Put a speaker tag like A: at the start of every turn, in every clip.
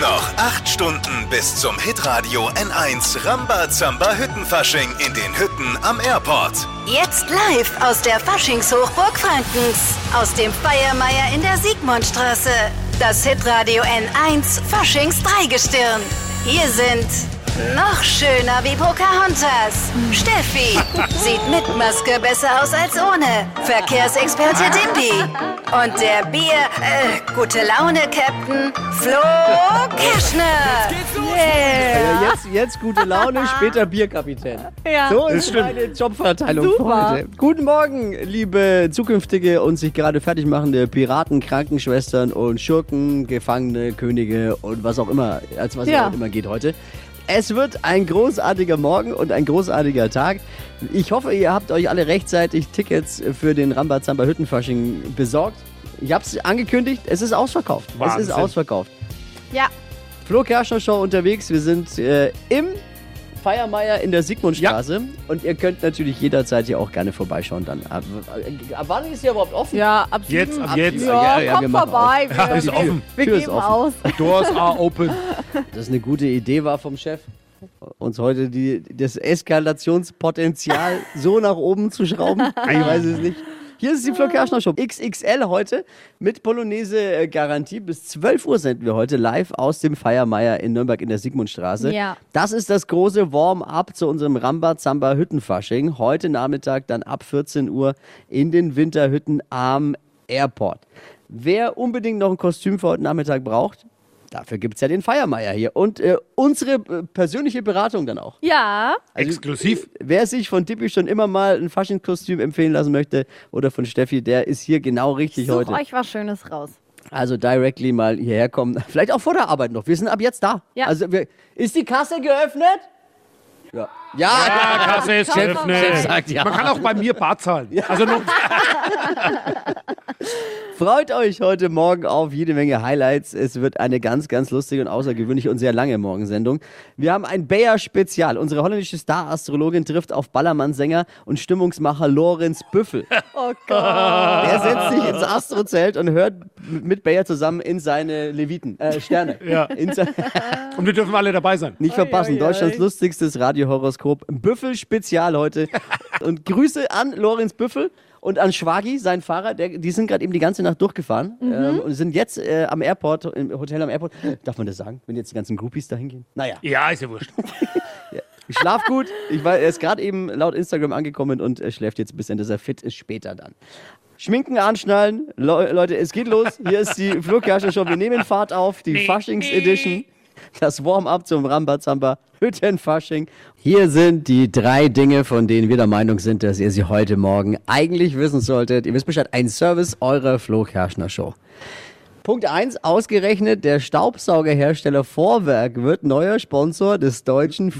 A: Noch acht Stunden bis zum Hitradio N1 Rambazamba Hüttenfasching in den Hütten am Airport.
B: Jetzt live aus der Faschingshochburg Frankens. Aus dem Feiermeier in der Siegmundstraße. Das Hitradio N1 Faschings Dreigestirn. Hier sind noch schöner wie Pocahontas. Steffi sieht mit Maske besser aus als ohne. Verkehrsexperte Dimdi. Und der Bier, äh, gute Laune Captain Flo Kirschner. Yeah.
C: Ja, jetzt, jetzt gute Laune, später Bierkapitän.
D: Ja.
C: So ist meine Jobverteilung
D: Super.
C: Freunde. Guten Morgen, liebe zukünftige und sich gerade fertig machende Piraten, Krankenschwestern und Schurken, Gefangene, Könige und was auch immer, als was
D: Ja.
C: es immer geht heute. Es wird ein großartiger Morgen und ein großartiger Tag. Ich hoffe, ihr habt euch alle rechtzeitig Tickets für den Rambazamba Hüttenfasching besorgt. Ich hab's angekündigt, es ist ausverkauft. Es
E: Wahnsinn.
C: ist ausverkauft.
D: Ja.
C: Flo Kerschner Show unterwegs. Wir sind äh, im Feiermeier in der Sigmundstraße. Und ihr könnt natürlich jederzeit hier auch gerne vorbeischauen dann. Ab, ab wann ist hier überhaupt offen?
D: Ja, ab
E: Jetzt,
D: sieben-
E: ab
D: ab
E: jetzt.
D: sieben-
C: Ja,
D: Ja,
C: ja, wir
D: komm
C: machen
D: vorbei. Wir,
E: Ist
D: wir,
E: offen.
D: wir
C: Tür ist
D: geben
C: offen.
D: aus.
E: Doors are open.
C: Das ist eine gute Idee war vom Chef. Uns heute die, das Eskalationspotenzial so nach oben zu schrauben. Ich weiß es nicht. Hier ist die Flo Kerschner Show XXL heute mit Polonaise-Garantie. Bis 12 Uhr senden wir heute live aus dem Feiermeier in Nürnberg in der Sigmundstraße.
D: Ja.
C: Das ist das große Warm-up zu unserem Rambazamba Hüttenfasching. Heute Nachmittag dann ab 14 Uhr in den Winterhütten am Airport. Wer unbedingt noch ein Kostüm für heute Nachmittag braucht, dafür gibt es ja den Feiermeier hier. Und äh, unsere äh, persönliche Beratung dann auch.
D: Ja,
E: Exklusiv.
C: Wer sich von Dippi schon immer mal ein Faschingskostüm empfehlen lassen möchte oder von Steffi, der ist hier genau richtig
D: such
C: heute.
D: euch was Schönes raus.
C: Also directly mal hierher kommen. Vielleicht auch vor der Arbeit noch. Wir sind ab jetzt da.
D: Ja.
C: Also wir, ist die Kasse geöffnet? Ja. Ja,
E: Kasse ist
C: Chef
E: geöffnet.
C: sagt ja.
E: Man kann auch bei mir Bar zahlen. Also nur,
C: Freut euch heute Morgen auf jede Menge Highlights. Es wird eine ganz, ganz lustige und außergewöhnliche und sehr lange Morgensendung. Wir haben ein Bayer-Spezial. Unsere holländische Star-Astrologin trifft auf Ballermann-Sänger und Stimmungsmacher Lorenz Büffel.
D: Oh Gott.
C: Der setzt sich ins Astrozelt und hört mit Bayer zusammen in seine Leviten, äh, Sterne.
E: Ja.
C: In se-
E: und wir dürfen alle dabei sein.
C: Nicht verpassen.
D: Oi, oi, oi.
C: Deutschlands lustigstes Radiohoroskop. Büffel-Spezial heute. und Grüße an Lorenz Büffel und an Schwagi, seinen Fahrer. Der, die sind gerade eben die ganze Nacht durchgefahren ähm, und sind jetzt äh, am Airport, im Hotel am Airport. Darf man das sagen, wenn jetzt die ganzen Groupies da hingehen? Naja,
E: Ja, ist ja wurscht.
C: ich schlaf gut. Ich war, er ist gerade eben laut Instagram angekommen und äh, schläft jetzt ein bisschen, dass er fit ist, später dann. Schminken anschnallen. Le Leute, es geht los. Hier ist die Flugherrscher schon. Wir nehmen Fahrt auf. Die Faschings Edition. Das Warm-up zum Rambazamba Hüttenfasching. Hier sind die drei Dinge, von denen wir der Meinung sind, dass ihr sie heute Morgen eigentlich wissen solltet. Ihr wisst Bescheid, ein Service eurer Flo Kerschner Show. Punkt 1, ausgerechnet der Staubsaugerhersteller Vorwerk wird neuer Sponsor des deutschen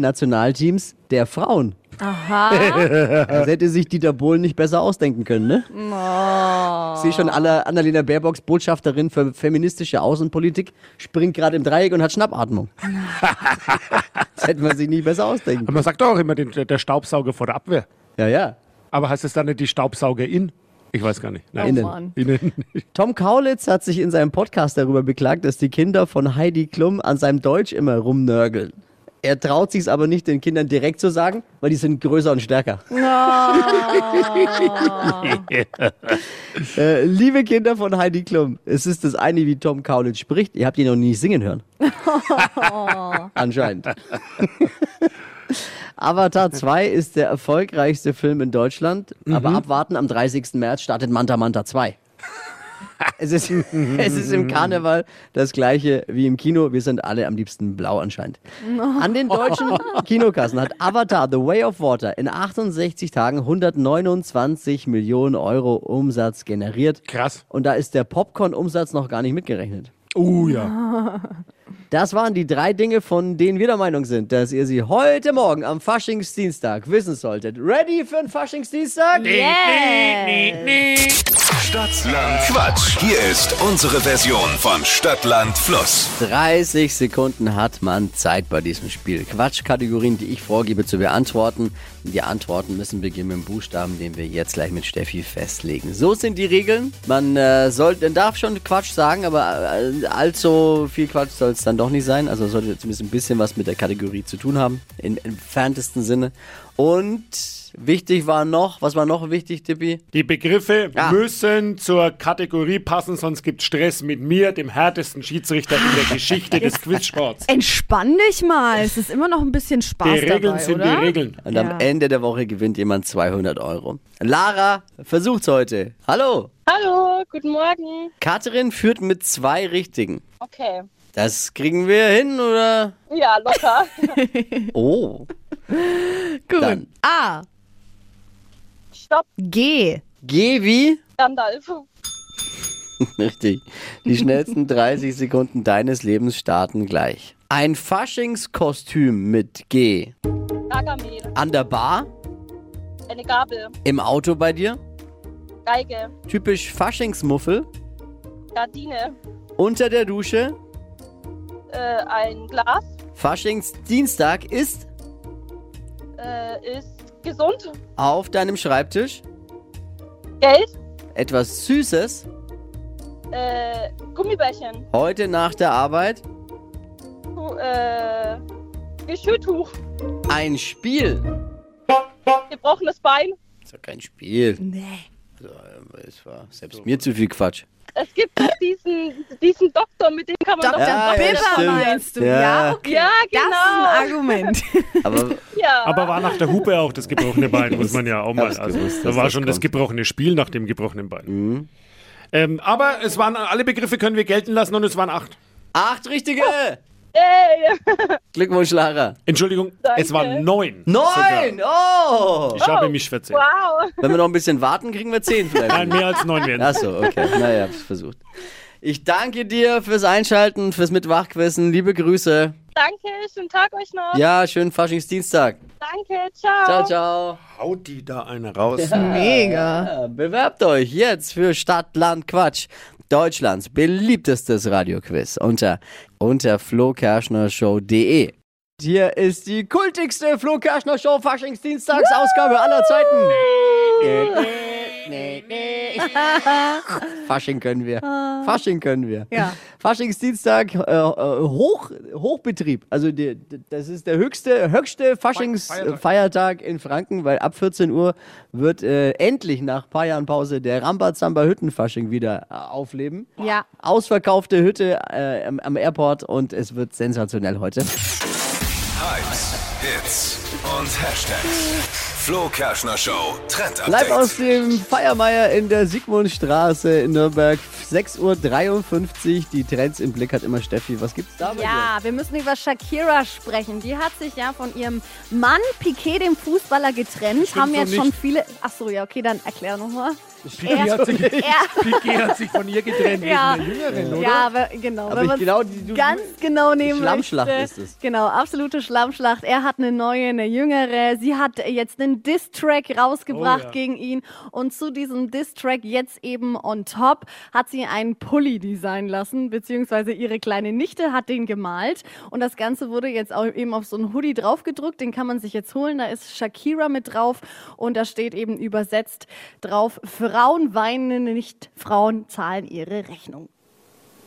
C: Fußballnationalteams der Frauen. Aha. Das hätte sich Dieter Bohlen nicht besser ausdenken können, ne? Ich sehe schon, alle Annalena Baerbocks, Botschafterin für feministische Außenpolitik, springt gerade im Dreieck und hat Schnappatmung. das hätte man sich nie besser ausdenken
E: Aber
C: können.
E: man sagt doch auch immer den, der Staubsauger vor der Abwehr.
C: Ja, ja.
E: Aber heißt es dann nicht die Staubsaugerin? Ich weiß gar nicht. Nein.
C: Innen.
D: Mann.
E: Innen.
C: Tom Kaulitz hat sich in seinem Podcast darüber beklagt, dass die Kinder von Heidi Klum an seinem Deutsch immer rumnörgeln. Er traut sich es aber nicht, den Kindern direkt zu sagen, weil die sind größer und stärker. Äh, liebe Kinder von Heidi Klum, es ist das eine, wie Tom Kaulitz spricht. Ihr habt ihn noch nie singen hören. Anscheinend. Avatar 2 ist der erfolgreichste Film in Deutschland, aber abwarten, am 30. März startet Manta Manta 2. Es ist, es ist im Karneval das gleiche wie im Kino. Wir sind alle am liebsten blau anscheinend. An den deutschen Kinokassen hat Avatar The Way of Water in 68 Tagen 129 Millionen Euro Umsatz generiert.
E: Krass.
C: Und da ist der Popcorn-Umsatz noch gar nicht mitgerechnet.
E: Oh ja.
C: Das waren die drei Dinge, von denen wir der Meinung sind, dass ihr sie heute Morgen am Faschingsdienstag wissen solltet. Ready für den Faschingsdienstag?
D: Äh.
A: Stadtland Quatsch. Hier ist unsere Version von Stadtland Fluss.
C: 30 Sekunden hat man Zeit bei diesem Spiel. Quatschkategorien, die ich vorgebe zu beantworten. Die Antworten müssen beginnen mit dem Buchstaben, den wir jetzt gleich mit Steffi festlegen. So sind die Regeln. Man äh, sollte, man darf schon Quatsch sagen, aber äh, allzu viel Quatsch soll es dann doch nicht sein. Also sollte zumindest ein bisschen was mit der Kategorie zu tun haben, im entferntesten Sinne. Und wichtig war noch, was war noch wichtig, Tippi?
E: Die Begriffe
C: Ja.
E: müssen zur Kategorie passen, sonst gibt Stress mit mir, dem härtesten Schiedsrichter in der Geschichte des Quizsports.
D: Entspann dich mal. Es ist immer noch ein bisschen Spaß
E: Die Regeln
D: dabei,
E: sind
D: oder?
E: die Regeln.
C: Und
D: Ja.
C: am Ende der Woche gewinnt jemand 200 Euro. Lara versucht's heute. Hallo.
F: Hallo, guten Morgen.
C: Katrin führt mit zwei Richtigen.
F: Okay.
C: Das kriegen wir hin, oder?
F: Ja, locker.
C: Oh.
D: Gut.
C: Dann.
D: A.
F: Stopp,
D: G.
C: Geh wie?
F: Gandalf.
C: Richtig. Die schnellsten 30 Sekunden deines Lebens starten gleich. Ein Faschingskostüm mit G.
F: Gargamel.
C: An der Bar?
F: Eine Gabel.
C: Im Auto bei dir?
F: Geige.
C: Typisch Faschingsmuffel?
F: Gardine.
C: Unter der Dusche?
F: Äh, ein Glas.
C: Faschingsdienstag ist
F: Äh, ist gesund.
C: auf deinem Schreibtisch?
F: Geld.
C: Etwas Süßes?
F: Äh, Gummibärchen.
C: Heute nach der Arbeit?
F: Hu- Äh, Geschirrtuch.
C: Ein Spiel?
F: Gebrochenes Bein.
C: Ist doch kein Spiel.
D: Nee.
C: Also, äh, es war selbst mir zu viel Quatsch.
F: Es gibt doch diesen, diesen Doktor, mit dem kann man
D: Dr.
F: doch...
C: Ja, ja,
D: Bibber
C: stimmt.
D: meinst du?
C: Ja.
D: Ja, okay.
F: Ja,
D: Das ist
F: genau.
D: ein Argument.
C: Aber
F: Ja.
E: Aber war nach der Hupe auch das gebrochene Bein, muss man ja auch mal.
C: Hab's
E: Also,
C: gewusst, dass
E: da war
C: das
E: schon das
C: kommt.
E: gebrochene Spiel nach dem gebrochenen Bein. Ähm, aber es waren alle Begriffe können wir gelten lassen und es waren acht.
C: acht richtige!
F: Ey.
C: Oh. Glückwunsch, Lara.
E: Entschuldigung,
F: Danke.
E: es waren neun.
C: Neun!
E: Sogar.
C: Oh!
E: Ich habe mich verzählt.
F: Wow.
C: Wenn wir noch ein bisschen warten, kriegen wir zehn vielleicht.
E: Nein, mehr als neun werden.
C: Achso, okay. Naja, hab's versucht. Ich danke dir fürs Einschalten, fürs Mitwachquissen. Liebe Grüße.
F: Danke, schönen Tag euch noch.
C: Ja, schönen Faschingsdienstag.
F: Danke,
C: Ciao, ciao.
E: Haut die da eine raus.
D: Mega.
C: Ja, Bewerbt euch jetzt für Stadt, Land, Quatsch. Deutschlands beliebtestes Radioquiz unter, unter flokerschnershow.de. Hier ist die kultigste Flo Kerschner Show Faschingsdienstagsausgabe aller Zeiten. Fasching können wir. Fasching können wir.
D: Ah. Ja.
C: Faschingsdienstag, äh, äh, Hoch, Hochbetrieb. Also die, die- das ist der höchste, höchste
E: Feiertag.
C: Faschingsfeiertag in Franken, weil ab 14 Uhr wird äh, endlich nach ein paar Jahren Pause der Rambazamba Hüttenfasching wieder äh, aufleben.
D: Ja.
C: Ausverkaufte Hütte äh, am, am Airport und es wird sensationell heute.
A: Hypes, Hits und Hashtags. Flo Kerschner Show Trend
C: Live aus
A: Update.
C: dem Feiermeier in der Sigmundstraße in Nürnberg. 6.53 Uhr. Die Trends im Blick hat immer Steffi. Was gibt's da bei dir?
D: Ja, wir müssen über Shakira sprechen. Die hat sich ja von ihrem Mann Piquet, dem Fußballer, getrennt. Haben jetzt schon viele. Ach so, ja, okay, dann erklär nochmal.
E: Piquet hat, sich,
D: Er,
E: Piqué hat sich von ihr getrennt
D: Ja.
E: wegen der Jüngeren, oder?
D: ja, we- genau.
C: Aber
D: wenn
C: ich
D: man's
C: genau die- du-
D: ganz genau nehmen
C: Schlammschlacht
D: möchte.
C: ist es.
D: Genau, absolute Schlammschlacht. Er hat eine neue, eine jüngere. Sie hat jetzt einen Diss-Track rausgebracht
E: Oh ja.
D: gegen ihn. Und zu diesem Diss-Track jetzt eben on top hat sie einen Pulli designen lassen, beziehungsweise ihre kleine Nichte hat den gemalt. Und das Ganze wurde jetzt auch eben auf so einen Hoodie draufgedruckt. Den kann man sich jetzt holen. Da ist Shakira mit drauf. Und da steht eben übersetzt drauf, Frauen weinen nicht, Frauen zahlen ihre Rechnung.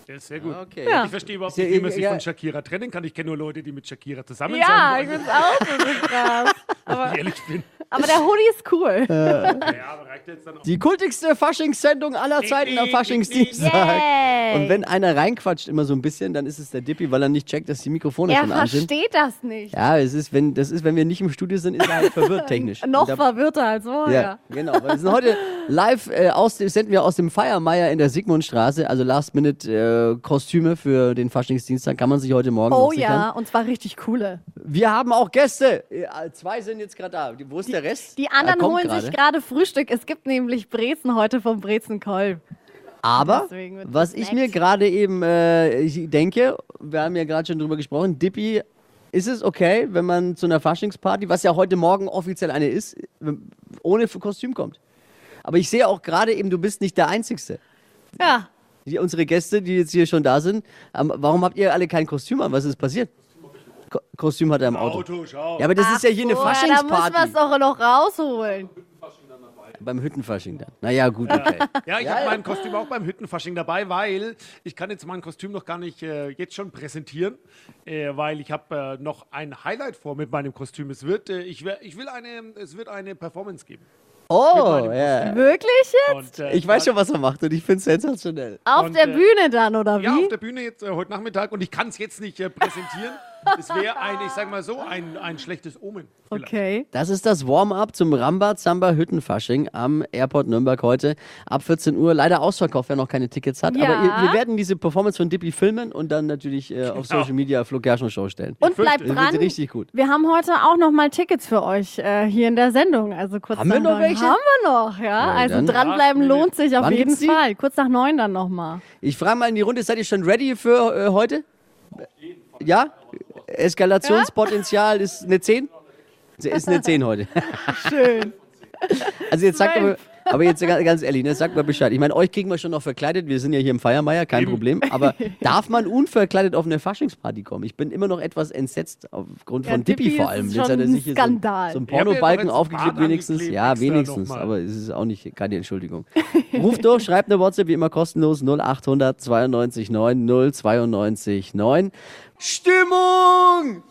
E: Der ist sehr gut.
C: Okay.
E: Ich verstehe überhaupt
C: Ist ja
E: nicht, wie man sich
C: irgendwie-
E: von Shakira trennen kann. Ich kenne nur Leute, die mit Shakira zusammen
D: Ja, also- ich
E: sind.
D: find's auch so krass.
E: Wenn ich ehrlich bin.
D: Aber der Hoodie ist cool.
E: Ja, aber reicht jetzt dann auch.
C: Die kultigste Faschingssendung aller Zeiten am Faschingsdienstag.
D: Yay.
C: Und wenn einer reinquatscht immer so ein bisschen, dann ist es der Dippi, weil er nicht checkt, dass die Mikrofone
D: er
C: schon an sind.
D: versteht das nicht.
C: Ja, es ist, wenn, das ist, wenn wir nicht im Studio sind, ist er halt verwirrt technisch.
D: Noch
C: Und da-
D: verwirrter als
C: Ja,
D: vorher.
C: genau. Weil wir sind heute live äh, aus dem, senden wir aus dem Feiermeier in der Sigmundstraße, also Last-Minute-Kostüme für den Faschingsdienstag kann man sich heute Morgen
D: Oh
C: noch sichern.
D: ja, und zwar richtig coole.
C: Wir haben auch Gäste. Äh, Zwei sind jetzt gerade da. Wo ist der Rest?
D: Die
C: Er
D: anderen
C: kommt
D: holen sich gerade Frühstück. Es gibt nämlich Brezen heute vom Brezenkolb.
C: Aber
D: Deswegen wird
C: was ich
D: gesnackt.
C: mir gerade eben äh, ich denke, wir haben ja gerade schon drüber gesprochen, Dippi, ist es okay, wenn man zu einer Faschingsparty, was ja heute Morgen offiziell eine ist, wenn- ohne Kostüm kommt? Aber ich sehe auch gerade eben, du bist nicht der Einzigste.
D: Ja.
C: Die, unsere Gäste, die jetzt hier schon da sind, ähm, warum habt ihr alle kein Kostüm an? Was ist passiert? Ko- Kostüm hat er im Auto.
E: Auto, schau.
C: Ja, aber das
D: Ach
C: ist ja hier eine
D: so, ja, Da müssen wir
C: Faschingsparty.
D: es doch noch rausholen.
C: Beim Hüttenfasching dann. Naja, gut, okay.
E: Ja, ich
C: Ja,
E: habe
C: ja.
E: mein Kostüm auch beim Hüttenfasching dabei, weil ich kann jetzt mein Kostüm noch gar nicht äh, jetzt schon präsentieren, äh, weil ich habe äh, noch ein Highlight vor mit meinem Kostüm. Es wird, äh, ich, wer- ich will eine, es wird eine Performance geben.
C: Oh, ja.
D: Wirklich jetzt?
E: Äh, Und, äh,
C: Ich weiß
E: dann-
C: schon, was er macht und ich finde es sensationell.
D: Auf
E: Und,
D: der
E: äh,
D: Bühne dann, oder
E: Ja,
D: wie?
E: auf der Bühne jetzt äh, heute Nachmittag und ich kann es jetzt nicht äh, präsentieren. es wäre ein, ich sag mal so, ein, ein schlechtes Omen. vielleicht.
D: okay.
C: Das ist das Warm-up zum Ramba Zamba Hüttenfasching am Airport Nürnberg heute ab 14 Uhr. Leider ausverkauft, wer noch keine Tickets hat.
D: Ja.
C: Aber ihr, wir werden diese Performance von Dippy filmen und dann natürlich äh, auf Social Media Flo Kerschner Show stellen.
D: Und bleibt
E: fürchte,
C: das
D: dran.
C: wird richtig gut.
D: Wir haben heute auch noch mal Tickets für euch äh, hier in der Sendung. Also kurz
C: Haben
D: nach
C: wir noch
D: neun
C: welche?
D: Haben wir noch, ja. also
C: dann.
D: dranbleiben
E: Ach,
D: lohnt sich auf
C: Wann
D: jeden
C: gibt's die?
D: Fall. Kurz nach neun dann noch mal.
C: Ich frage mal in die Runde, seid ihr schon ready für äh, heute? Ja? Eskalationspotenzial ist eine 10? Sie Ist eine 10 heute.
D: Schön.
C: Also jetzt sagt aber,
D: Zwölf.
C: aber jetzt ga- ganz ehrlich, ne, sagt mal Bescheid. Ich meine, euch kriegen wir schon noch verkleidet, wir sind ja hier im Feiermeier, kein Problem. Aber darf man unverkleidet auf eine Faschingsparty kommen? Ich bin immer noch etwas entsetzt aufgrund
D: Ja,
C: von Dippy
D: Dippy
C: vor
D: ist
C: allem.
D: schon
C: Jetzt hat er
D: ein
C: sich hier so einen-
D: Skandal.
C: so einen
E: Ich hab mir
C: Pornobalken
E: doch jetzt einen
C: aufgeklebt,
E: Bart
C: wenigstens.
E: angeklebt,
C: Ja,
E: extra
C: wenigstens.
E: nochmal.
C: Aber es ist auch nicht keine Entschuldigung. Ruft durch, schreibt eine WhatsApp, wie immer kostenlos 0800 92 9 092 9. Stimmung!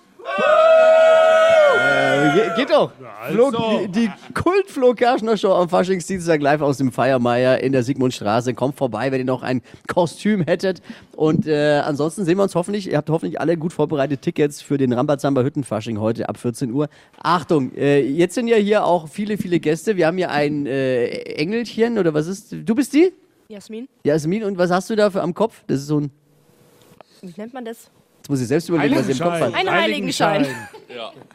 C: Äh, ge- geht doch.
E: also.
C: Flo, die, die kult flo Kerschner show am Faschingsdienstag live aus dem Feiermeier in der Sigmundstraße. Kommt vorbei, wenn ihr noch ein Kostüm hättet. Und äh, ansonsten sehen wir uns hoffentlich. Ihr habt hoffentlich alle gut vorbereitete Tickets für den Rambazamba Hüttenfasching heute ab 14 Uhr. Achtung, äh, jetzt sind ja hier auch viele, viele Gäste. Wir haben hier ein äh, Engelchen oder was ist? Du bist die?
G: Jasmin,
C: Jasmin, und was hast du da für am Kopf? Das ist so ein.
G: wie nennt man das?
C: Jetzt muss ich selbst überlegen, was ich im Kopf hat.
G: Ein Heiligenschein.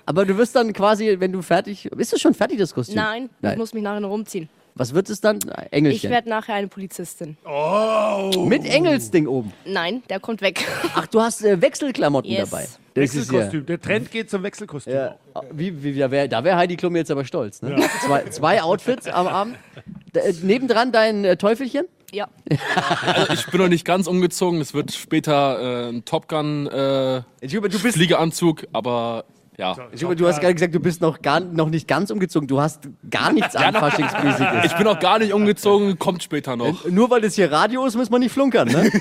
C: Aber du wirst dann quasi, wenn du fertig. Bist du schon fertig, das Kostüm?
G: Nein, ich muss mich nachher noch rumziehen.
C: Was wird es dann? Ah,
G: Ich
C: Engelchen.
G: werde nachher eine Polizistin.
E: Oh,
C: Mit
G: Oh.
C: Engelsding oben.
G: Nein, der kommt weg.
C: Ach, du hast äh, Wechselklamotten
G: Yes.
C: dabei. Das ist ja-
E: Wechselkostüm. Der Trend geht zum Wechselkostüm.
C: Ja. Wie, wie, da wäre da wär Heidi Klum jetzt aber stolz. Ne? Zwei, zwei Outfits am Abend. Da, äh, nebendran dein äh, Teufelchen.
G: ja.
H: Also ich bin noch nicht ganz umgezogen. Es wird später äh, ein Top Gun äh,
C: Juba, du, bist,
H: Fliegeanzug, aber ja.
C: Juba, du hast gerade gesagt, du bist noch, gar, noch nicht ganz umgezogen. Du hast gar nichts an Faschingsmäßiges.
H: Ich bin noch gar nicht umgezogen, kommt später noch.
C: Nur weil es hier Radio ist, muss man nicht flunkern. Ne?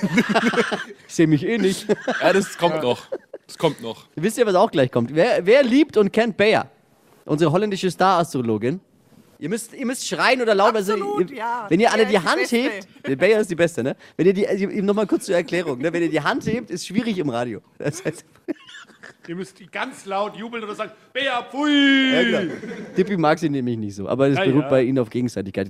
C: ich sehe mich eh nicht.
H: Ja, das kommt noch. Das kommt noch.
C: Wisst ihr, was auch gleich kommt? Wer, wer liebt und kennt Bayer? Unsere holländische Star-Astrologin. Ihr müsst, ihr müsst schreien oder laut, also, ihr, wenn ihr alle die Hand hebt, Bayer ist die Beste, ne? Wenn ihr die, also, eben nochmal kurz zur Erklärung, ne? wenn ihr die Hand hebt, ist schwierig im Radio. Das heißt,
E: Ihr müsst ganz laut jubeln oder sagen, Bea, pfui!
C: ja, genau. Dippy mag sie nämlich nicht so, aber das
E: Ja,
C: beruht
E: ja.
C: bei ihnen auf Gegenseitigkeit.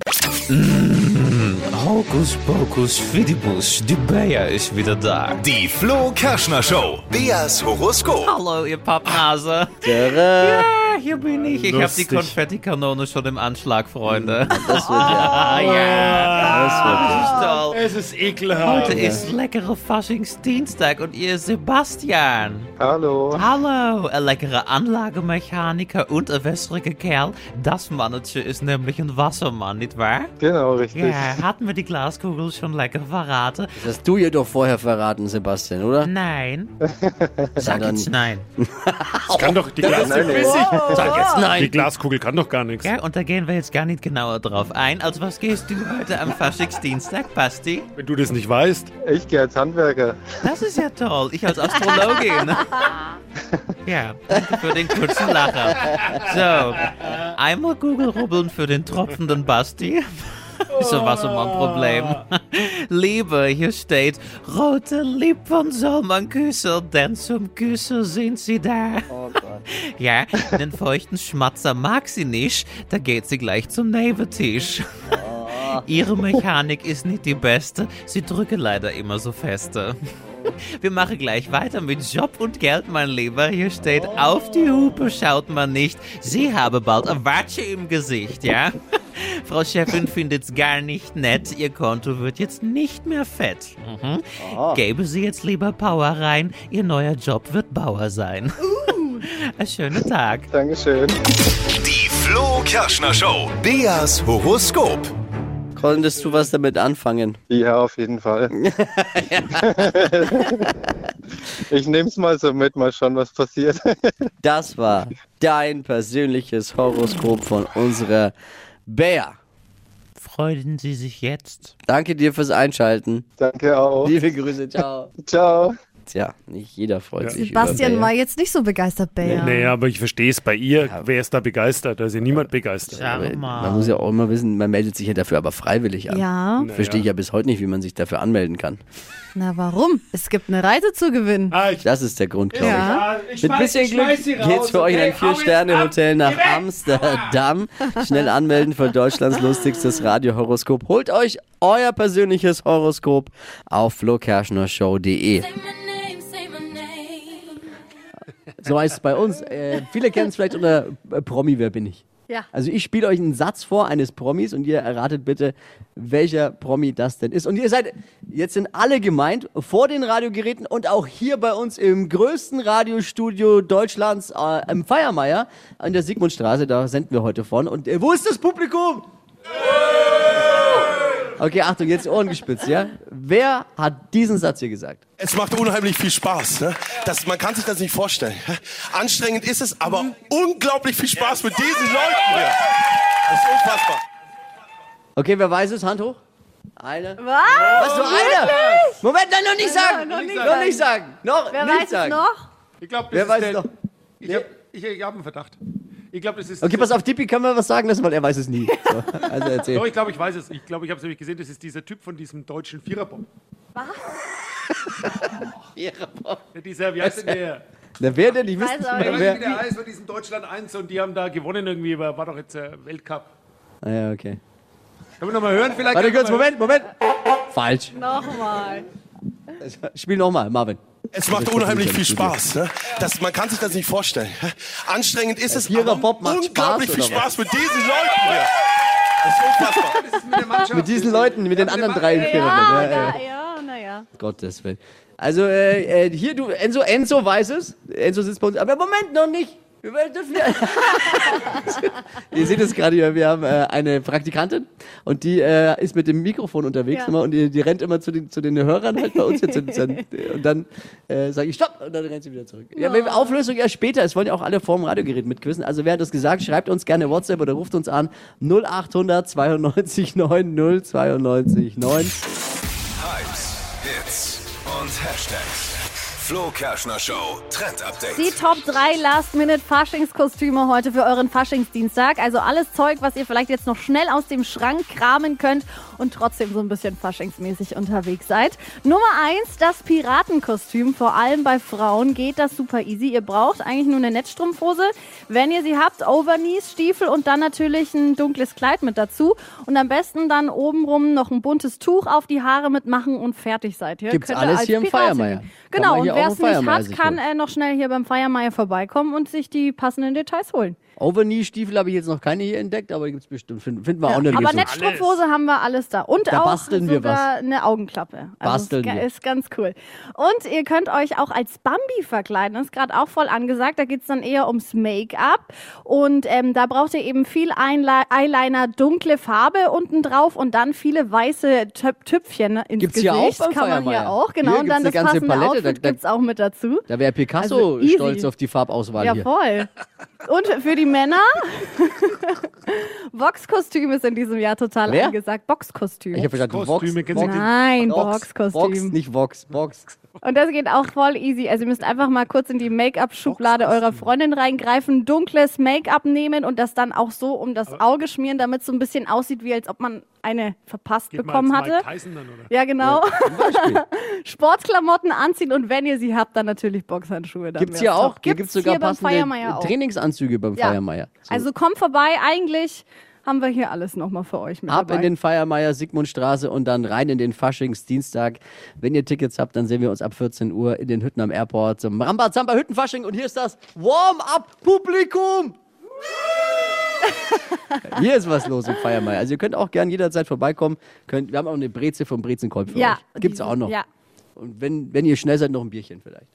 I: Hokus Pokus Fidibus, die Bayer ist wieder da.
A: Die Flo Kerschner Show. Beas Horoskop.
I: Hallo, ihr Pappnase.
C: Tada.
I: Ah, hier bin ich. Ich habe die
E: Lustig.
I: Konfettikanone schon im Anschlag, Freunde.
C: Das wird ja.
I: Ah ja, das wird toll.
E: Es ist ekelhaft.
I: Heute ist leckere Faschingsdienstag und ihr Sebastian.
J: Hallo.
I: Hallo, ein leckerer Anlagemechaniker und ein wässriger Kerl. Das Mannetje ist nämlich ein Wassermann, nicht wahr?
J: Genau, richtig.
I: Ja, hat mir die Glaskugel schon lecker verraten.
C: Das hast du ihr doch vorher verraten, Sebastian, oder?
I: Nein.
J: Eh.
I: Sag
C: dann-
I: jetzt nein.
E: Das kann doch die, Glas
J: nein, nein.
C: Sag jetzt
E: die
C: nein.
E: Glaskugel kann doch gar nichts.
I: Ja, und da gehen wir jetzt gar nicht genauer drauf ein. Also was gehst du heute am Faschingsdienstag, Basti?
E: Wenn du das nicht weißt,
J: Ich gehe als Handwerker.
I: Das ist ja toll. Ich als Astrologin. Ja, danke für den kurzen Lacher. So, einmal Google-Rubbeln für den tropfenden Basti. So was um ein Problem. Liebe, hier steht, rote Lippen soll man küssen, denn zum Küssen sind sie da. Ja, den feuchten Schmatzer mag sie nicht, da geht sie gleich zum Nebentisch. Ihre Mechanik ist nicht die beste, sie drücke leider immer so feste. Wir machen gleich weiter mit Job und Geld, mein Lieber. Hier steht, auf die Hupe schaut man nicht. Sie habe bald eine Watsche im Gesicht, ja? Frau Chefin findet's gar nicht nett. Ihr Konto wird jetzt nicht mehr fett. Mhm. Gäbe sie jetzt lieber Power rein. Ihr neuer Job wird Bauer sein.
J: Uh.
I: Einen schönen Tag.
J: Dankeschön.
A: Die Flo Kerschner Show. Beas Horoskop.
C: Konntest du was damit anfangen?
J: Ja, auf jeden Fall. Ich nehme es mal so mit, mal schauen, was passiert.
C: Das war dein persönliches Horoskop von unserer Bär.
I: Freuen Sie sich jetzt.
C: Danke dir fürs Einschalten.
J: Danke
I: Oh.
J: auch.
C: Liebe Grüße, ciao.
J: Ciao.
C: Tja, nicht jeder freut sich
K: Sebastian
C: über
K: war
C: Bär.
K: jetzt nicht so begeistert, Bär.
E: Nee, aber ich verstehe es. Bei ihr, wer ist da begeistert? Da ist ja niemand begeistert.
I: Sag
C: Man
I: mal.
C: muss ja auch immer wissen, man meldet sich ja dafür aber freiwillig an.
K: Ja,
C: Verstehe ich ja bis heute nicht, wie man sich dafür anmelden kann.
K: na warum? Es gibt eine Reise zu gewinnen.
E: Ah, ich,
C: Das ist der Grund, glaube ich.
K: Ja.
E: ah, ich
C: Mit ein
E: schmeiß-
C: bisschen
E: ich schmeiß
C: Glück
E: sie
C: geht's
E: raus,
C: für euch in
E: okay?
C: ein
E: Hau jetzt ab,
C: Vier-Sterne-Hotel nach
E: geh weg.
C: Amsterdam. Schnell anmelden für Deutschlands lustigstes Radiohoroskop. Holt euch euer persönliches Horoskop auf flokerschnershow.de. So heißt es bei uns. Äh, viele kennen es vielleicht unter äh, Promi, wer bin ich?
D: Ja.
C: Also ich spiele euch einen Satz vor eines Promis und ihr erratet bitte, welcher Promi das denn ist. Und ihr seid, jetzt sind alle gemeint, vor den Radiogeräten und auch hier bei uns im größten Radiostudio Deutschlands, äh, im Feiermeier, an der Sigmundstraße, da senden wir heute von. Und äh, wo ist das Publikum? Okay, Achtung, jetzt Ohren gespitzt, ja? Wer hat diesen Satz hier gesagt?
L: Es macht unheimlich viel Spaß. Ne? Das, man kann sich das nicht vorstellen. Anstrengend ist es, aber unglaublich viel Spaß mit diesen Leuten hier. Das ist unfassbar.
C: Okay, wer weiß es? Hand hoch. Eine.
D: Was?
C: Was, nur einer? Moment, nein, noch nicht sagen!
D: noch nicht
C: noch nicht sagen! Noch
D: Wer
C: nicht
D: weiß
C: sagen!
D: es noch?
E: Ich glaube,
C: Wer
E: das
C: weiß
E: ist der,
C: noch?
E: Ich, hab- ich, ich habe einen Verdacht. Ich glaube, das ist.
C: Okay, pass auf, Tippi kann mir was sagen lassen, weil er weiß es nie. So, also
E: Doch,
C: erzähl.
E: ich glaube, ich weiß es. Ich glaube, ich habe es nämlich gesehen. Das ist dieser Typ von diesem deutschen Viererbomb. Ja, dieser, wie heißt denn der?
C: Na, wer denn nicht
D: weiß
C: wissen?
D: auch
E: Ich weiß
C: Wer-
E: nicht, wie der heißt von diesem Deutschland 1 und die haben da gewonnen irgendwie. aber War doch jetzt äh, Weltcup.
C: Ah, ja, okay.
E: Können wir nochmal hören vielleicht?
C: Warte
E: Können
C: kurz,
E: wir noch mal
C: Moment, Moment! Falsch.
D: Nochmal.
C: Spiel nochmal, Marvin.
L: Es macht unheimlich viel Spaß. Ne? Das, man kann sich das nicht vorstellen. Anstrengend ist es,
C: Vierer
L: aber
C: Bob macht
L: unglaublich
C: Spaß,
L: viel
C: oder was?
L: Spaß mit diesen Leuten hier. Das ist unfassbar.
E: hören? Das ist mit der Mannschaft.
C: Mit diesen Leuten, mit den anderen drei Vierern.
D: Ja,
C: ja, ja.
D: na, ja, naja.
C: Gottes Willen. Also, äh, äh, hier, du, Enzo, Enzo weiß es. Enzo sitzt bei uns. Aber Moment, noch nicht. Wir werden- dürfen ja- Ihr seht es gerade hier, wir haben äh, eine Praktikantin und die äh, ist mit dem Mikrofon unterwegs
D: Ja.
C: immer und die, die rennt immer zu den, zu den Hörern halt bei uns jetzt und dann, und dann äh, sage ich Stopp und dann rennt sie wieder zurück. Ja, wenn- Auflösung erst später, es wollen ja auch alle vorm Radiogerät mitquissen. Also wer hat das gesagt, schreibt uns gerne WhatsApp oder ruft uns an 0800 92 90 92 9.
A: Hypes, Hits und Hashtags. Flo Kerschner Show Trend
D: Die
A: Update.
D: Top 3 Last-Minute-Faschingskostüme heute für euren Faschingsdienstag. Also alles Zeug, was ihr vielleicht jetzt noch schnell aus dem Schrank kramen könnt und trotzdem so ein bisschen faschingsmäßig unterwegs seid. Nummer 1, das Piratenkostüm. Vor allem bei Frauen geht das super easy. Ihr braucht eigentlich nur eine Netzstrumpfhose. Wenn ihr sie habt, Overknees, Stiefel und dann natürlich ein dunkles Kleid mit dazu. Und am besten dann obenrum noch ein buntes Tuch auf die Haare mitmachen und fertig seid ihr.
C: Gibt's
D: Könnt ihr
C: alles
D: als
C: hier im
D: Pirat
C: Feiermeier.
D: singen.
C: Kann
D: Genau,
C: man
D: und
C: hier auch
D: wer
C: im
D: es nicht
C: Feiermeier
D: hat,
C: sich
D: kann
C: holen.
D: äh, noch schnell hier beim Feiermeier vorbeikommen und sich die passenden Details holen.
C: Overknee-Stiefel habe ich jetzt noch keine hier entdeckt, aber gibt es bestimmt. Finden, finden wir auch eine
D: Aber
C: Lösung.
D: Netzstrumpfhose haben wir alles da. Und
C: Da
D: auch
C: basteln wir
D: sogar eine Augenklappe.
C: Basteln
D: ist, ga-
C: wir.
D: ist ganz cool. Und ihr könnt euch auch als Bambi verkleiden. Das ist gerade auch voll angesagt. Da geht es dann eher ums Make-up. Und ähm, da braucht ihr eben viel Einle Eyeliner, dunkle Farbe unten drauf und dann viele weiße Töp Tüpfchen ne, ins
C: Gibt's hier
D: Gesicht.
C: auch beim
D: Kann man
C: Feiermeier.
D: hier auch, genau.
C: Hier
D: und dann das
C: gibt's eine ganze
D: passende
C: Palette. Da-
D: Outfit
C: da-
D: gibt es auch mit dazu.
C: Da wäre Picasso
D: Also easy.
C: stolz auf die Farbauswahl
D: Ja,
C: hier.
D: voll. Und für die Männer? Boxkostüm ist in diesem Jahr total
C: Wer?
D: angesagt. Boxkostüm.
C: Ich habe verstanden, Vox,
E: Kostüme, kennst du
C: Vox,
E: den-
D: Nein,
C: Vox, Vox,
D: Boxkostüm.
C: nicht Vox, Vox.
D: Und das geht auch voll easy. Also ihr müsst einfach mal kurz in die Make-up-Schublade eurer Freundin reingreifen, dunkles Make-up nehmen und das dann auch so um das Auge schmieren, damit es so ein bisschen aussieht, wie als ob man eine verpasst
E: Geht mal
D: bekommen
E: als Mike
D: hatte.
E: Tyson dann, oder?
D: Ja, genau.
C: Zum Beispiel.
D: Sportklamotten anziehen und wenn ihr sie habt, dann natürlich Boxhandschuhe. dann
C: Gibt's
D: wär's
C: hier
D: top.
C: auch. Hier gibt's sogar
D: hier beim Feiermeier
C: passende
D: auch.
C: Trainingsanzüge beim
D: Ja.
C: Feiermeier. So.
D: Also komm vorbei, eigentlich haben wir hier alles nochmal für euch mit
C: Ab
D: dabei.
C: in den Feiermeier, Sigmundstraße und dann rein in den Faschingsdienstag. Wenn ihr Tickets habt, dann sehen wir uns ab 14 Uhr in den Hütten am Airport zum Rambazamba Hüttenfasching. Und hier ist das Warm-Up-Publikum. hier ist was los im Feiermeier. Also ihr könnt auch gern jederzeit vorbeikommen. Könnt, wir haben auch eine Breze vom Brezenkolb für
D: ja,
C: euch. Gibt's
D: die-
C: auch noch.
D: Ja.
C: Und wenn, wenn ihr schnell seid, noch ein Bierchen vielleicht.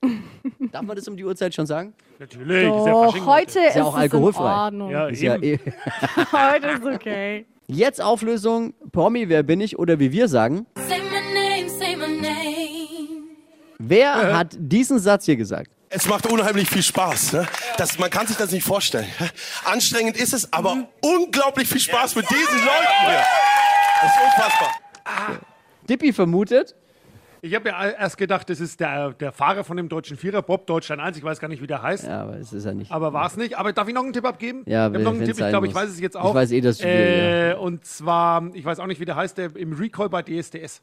C: Darf man das um die Uhrzeit schon sagen?
E: Natürlich. ist ja
D: Doch,
E: Fasching
D: Oh, heute ist,
C: ja auch
D: es
C: alkoholfrei.
D: in Ordnung.
E: Ja,
C: Ist
E: eben.
C: ja eh.
D: Heute ist okay.
C: Jetzt Auflösung, Promi, wer bin ich oder wie wir sagen, Wer hat diesen Satz hier gesagt?
L: Es macht unheimlich viel Spaß. Ne? Das, man kann sich das nicht vorstellen. Anstrengend ist es, aber
M: Mhm.
L: unglaublich viel Spaß mit diesen Leuten hier. Das ist unfassbar.
C: Dippi vermutet.
E: Ich habe ja erst gedacht, das ist der, der Fahrer von dem deutschen Vierer, Bob Deutschland 1. Ich weiß gar nicht, wie der heißt.
C: Ja, aber es ist ja nicht.
E: Aber war es nicht. Aber darf ich noch einen Tipp abgeben?
C: Ja,
E: ich habe noch einen
C: wenn's
E: Tipp. Ich
C: sein
E: glaube, ich
C: muss.
E: weiß es jetzt
C: Ich
E: auch.
C: weiß eh, dass du-
E: äh, Und zwar, ich weiß auch nicht, wie der heißt, der im Recall bei DSDS.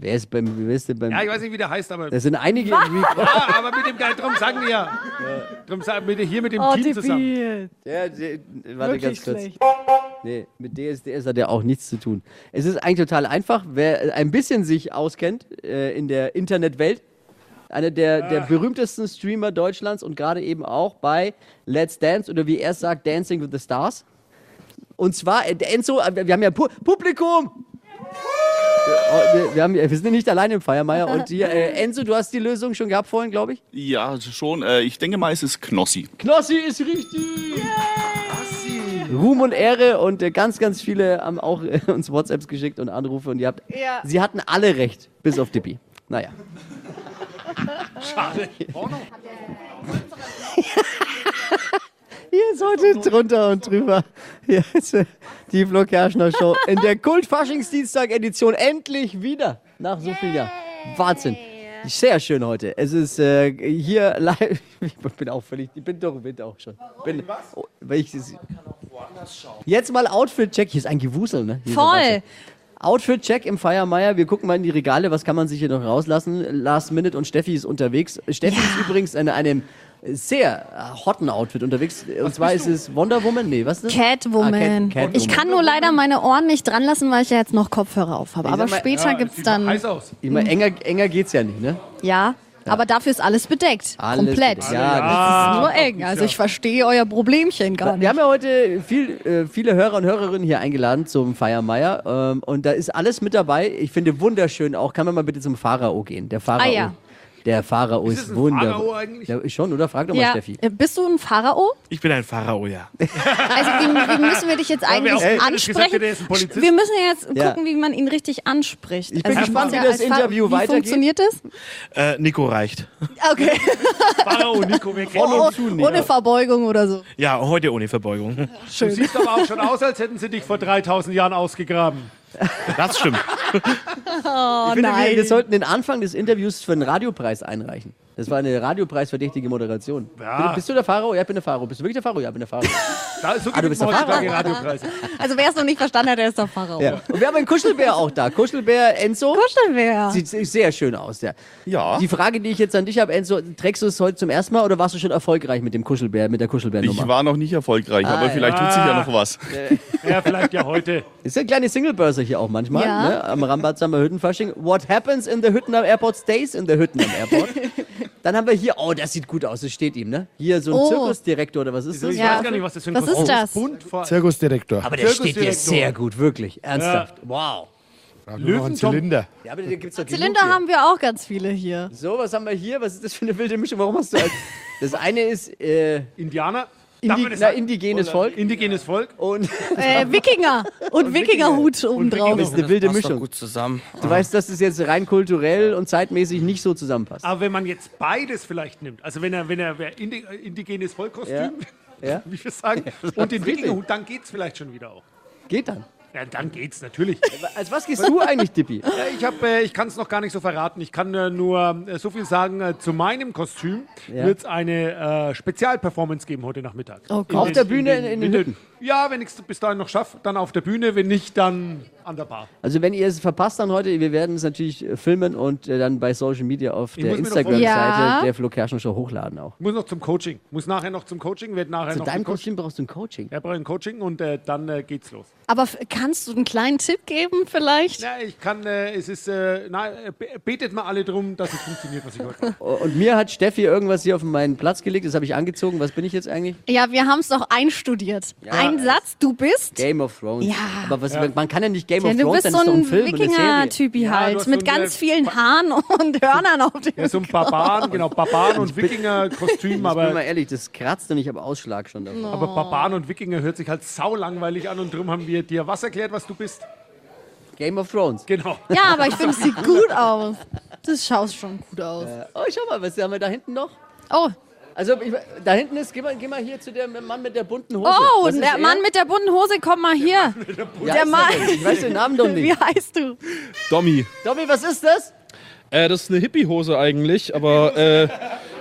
C: Wer ist beim. Wer ist denn beim
E: Ja, ich weiß nicht, wie der heißt, aber.
C: Das sind einige im Recall.
E: Ja, aber mit dem Geil, drum sagen wir ja. Drum sagen wir hier mit dem
C: Oh,
E: Team
C: Tippi.
E: zusammen.
C: Der, der, warte
E: Wirklich
C: ganz kurz.
E: schlecht.
C: Nee, mit DSDS hat er auch nichts zu tun. Es ist eigentlich total einfach. Wer ein bisschen sich auskennt äh, in der Internetwelt, einer der, der berühmtesten Streamer Deutschlands und gerade eben auch bei Let's Dance oder wie er es sagt, Dancing with the Stars. Und zwar, äh, der Enzo, äh, wir haben ja Pu Publikum! Äh, Wir, wir, haben, wir sind ja nicht alleine im Feiermeier. Und hier, äh, Enzo, du hast die Lösung schon gehabt vorhin, glaube ich.
M: Ja, schon. Äh, ich denke mal, es ist Knossi.
C: Knossi ist richtig! Ruhm und Ehre und äh, ganz, ganz viele haben auch äh, uns WhatsApps geschickt und Anrufe und ihr habt,
E: Ja.
C: sie hatten alle recht, bis auf Dippi. Naja.
E: Schade.
C: Ihr solltet drunter und drüber. Hier ist äh, die Flo Kerschner Show in der Kult-Faschingsdienstag-Edition endlich wieder nach so vielen Jahren. Wahnsinn. Sehr schön heute. Es ist äh, hier live. Ich bin auch völlig. Ich bin doch im Wind auch schon. Bin, oh, weil ich, jetzt mal Outfit-Check. Hier ist ein Gewusel, ne? Hier ist der
K: Voll.
C: Wahnsinn. Outfit-Check im Feiermeier. Wir gucken mal in die Regale. Was kann man sich hier noch rauslassen? Last Minute und Steffi ist unterwegs. Äh, Steffi ist übrigens in einem sehr äh, hotten Outfit unterwegs. und zwar ist es Wonder Woman. Nee, was ist das?
D: Catwoman.
C: Ah, Cat, Catwoman.
D: ich kann nur leider meine Ohren nicht dran lassen, weil ich ja jetzt noch Kopfhörer auf habe.
C: Ich sag
D: Aber
C: mal-
D: später gibt's dann.
E: aus.
C: Ich meine, enger, enger geht's ja nicht, ne?
D: Ja, aber dafür ist alles bedeckt.
C: Alles
D: Komplett.
C: bedeckt. Ja,
D: das
C: das-
D: ist nur eng. Also ich verstehe euer Problemchen gar nicht.
C: Wir haben ja heute viel, äh, viele Hörer und Hörerinnen hier eingeladen zum Feiermeier. Ähm, und da ist alles mit dabei. Ich finde wunderschön auch. Kann man mal bitte zum Pharao gehen? Der Pharao.
D: Ah, ja.
C: Der Pharao ist,
D: das ein
C: wunderbar.
D: Pharao eigentlich?
C: Ja, schon, oder? Frag doch mal
D: Ja.
C: Steffi.
D: Äh, Bist du ein Pharao?
M: Ich bin ein Pharao, ja.
D: Also wie, wie müssen wir dich jetzt
C: Ja, wir
D: eigentlich
C: auch- Ey, gesagt
D: ansprechen?
C: hätte, er ist ein Polizist.
D: wir müssen ja jetzt
M: Ja.
D: gucken, wie man ihn richtig anspricht.
M: Ich bin gespannt,
D: muss ja
M: wie das
D: als Pharao-
M: Interview
D: wie
M: weitergeht.
D: Funktioniert das?
M: Äh, Nico reicht.
D: Okay.
E: Pharao, Nico, wir kennen
D: oh,
E: uns zu, Nico.
D: Ohne Verbeugung oder so.
M: Ja, heute ohne Verbeugung.
E: Du siehst aber auch schon aus, als hätten sie dich vor 3000 Jahren ausgegraben.
M: Das stimmt.
D: Oh
C: ich finde, wir, wir sollten den Anfang des Interviews für einen Radiopreis einreichen. Das war eine radiopreisverdächtige Moderation.
E: Ja.
C: Bin- Bist du der Pharao? Ja, ich bin der Pharao. Bist du wirklich der Pharao? Ja, ich bin der Pharao.
E: Da, so
C: Ah, du bist der
E: heutzutage
C: Pharao.
E: Radiopreise.
D: Also wer es noch nicht verstanden hat, der ist der Pharao.
C: Ja. Und wir haben einen Kuschelbär auch da. Kuschelbär Enzo.
D: Kuschelbär.
C: Sieht se- sehr schön aus, ja. ja. Die Frage, die ich jetzt an dich habe, Enzo, trägst du es heute zum ersten Mal oder warst du schon erfolgreich mit dem Kuschelbär, mit der Kuschelbär-Nummer?
M: Ich war noch nicht erfolgreich,
C: Ah,
M: aber
C: ja.
M: vielleicht tut sich ja
C: Ah.
M: noch was.
E: Ja, vielleicht ja heute.
C: Ist ja ein kleines Singlebörser hier auch manchmal,
D: Ja.
C: ne? am Rambazammer Hüttenfasching. What happens in the Hüttenam Airport stays in the Hüttenam Airport. Dann haben wir hier, oh, das sieht gut aus, das steht ihm, ne? Hier so ein
D: Oh.
C: Zirkusdirektor oder was ist das?
E: Ich weiß gar nicht, was das für ein
D: Was ist
E: Kostüm
D: das?
E: Bunt vor-
N: Zirkusdirektor.
C: Aber der steht dir sehr gut, wirklich, ernsthaft. Wow.
N: Löwen Zylinder.
C: Ja, aber da gibt's doch genug
D: Zylinder
C: hier.
D: haben wir auch ganz viele hier.
C: So, was haben wir hier? Was ist das für eine wilde Mischung? Warum hast du als Das eine ist äh,
E: Indianer? Darf
C: Indi
E: man das
C: na,
E: sagen?
C: indigenes Volk.
E: Indigenes Volk.
C: Und
D: Äh, Wikinger und Wikingerhut obendrauf.
C: Das ist eine wilde
O: passt doch
C: Mischung.
O: gut zusammen.
C: Du weißt, dass das jetzt rein kulturell und zeitmäßig nicht so zusammenpasst.
E: Aber wenn man jetzt beides vielleicht nimmt, also wenn er, wenn er wer Indi indigenes Volkkostüm,
C: Ja.
E: wie wir sagen, und den Wikingerhut, dann geht's vielleicht schon wieder auch.
C: Geht dann.
E: Ja, dann geht's natürlich.
C: Als was gehst du eigentlich, Dippi?
E: Ja, Ich, hab, äh, ich kann es noch gar nicht so verraten. Ich kann äh, nur äh, so viel sagen, äh, zu meinem Kostüm
C: Ja.
E: wird es eine äh, Spezialperformance geben heute Nachmittag.
C: Oh Gott.
E: In
C: Auf der Bühne in- in den
E: den- Ja, wenn ich es bis dahin noch schaffe, dann auf der Bühne, wenn nicht, dann an der Bar.
C: Also wenn ihr es verpasst dann heute, wir werden es natürlich äh, filmen und äh, dann bei Social Media auf
E: Ich
C: der
E: muss mir noch vorstellen.
C: Instagram-Seite
E: Ja.
C: der Flo Kerschner Show hochladen auch.
E: Ich muss noch zum Coaching. Muss nachher noch zum Coaching, werde nachher
C: Zu
E: noch
C: deinem
E: zum Coach-
C: Kostüm brauchst du ein Coaching.
E: Ja, brauche ein Coaching und äh, dann äh, geht's los.
D: Aber f- kannst du einen kleinen Tipp geben vielleicht?
E: Ja, ich kann, äh, es ist, äh, na, äh, be- betet mal alle drum, dass es funktioniert, was ich heute mache.
C: Und mir hat Steffi irgendwas hier auf meinen Platz gelegt, das habe ich angezogen. Was bin ich jetzt eigentlich?
D: Ja, wir haben es doch einstudiert. Ein Satz, du bist.
C: Game of Thrones.
D: Ja.
C: Aber was, man kann ja nicht Game
D: Ja,
C: of
D: du
C: Thrones,
D: bist
C: dann
D: so
C: ist doch ein
D: ein
C: Film und eine Serie.
D: Wikinger-Typi
E: Ja, du
D: halt,
E: hast
D: mit
E: so eine
D: ganz vielen Haaren und Hörnern auf dem
C: Oh
E: Ja, so ein Barbaren, genau, Barbaren und Wikinger-Kostüm,
C: Ich bin mal
E: aber,
C: ehrlich, das kratzt und ich habe Ausschlag schon davon.
E: aber Barbaren und Wikinger hört sich halt sau langweilig an und drum haben wir dir was erklärt, was du bist.
C: Game of Thrones.
E: Genau.
D: Ja, aber ich finde, es sieht gut aus. Das schaust schon gut aus.
C: Äh, oh, schau mal, was haben wir da hinten noch?
D: Oh.
C: Also, ich, da hinten ist, geh mal, geh mal hier zu dem Mann mit der bunten Hose.
D: Oh,
C: Was ist
D: der
C: er?
D: Mann mit der bunten Hose, komm mal hier.
C: Wie heißt er denn? Ich weiß den Namen doch nicht.
D: Wie heißt du?
H: Dommi.
C: Dobby, was ist das?
H: Äh, das ist eine Hippie-Hose eigentlich, aber äh,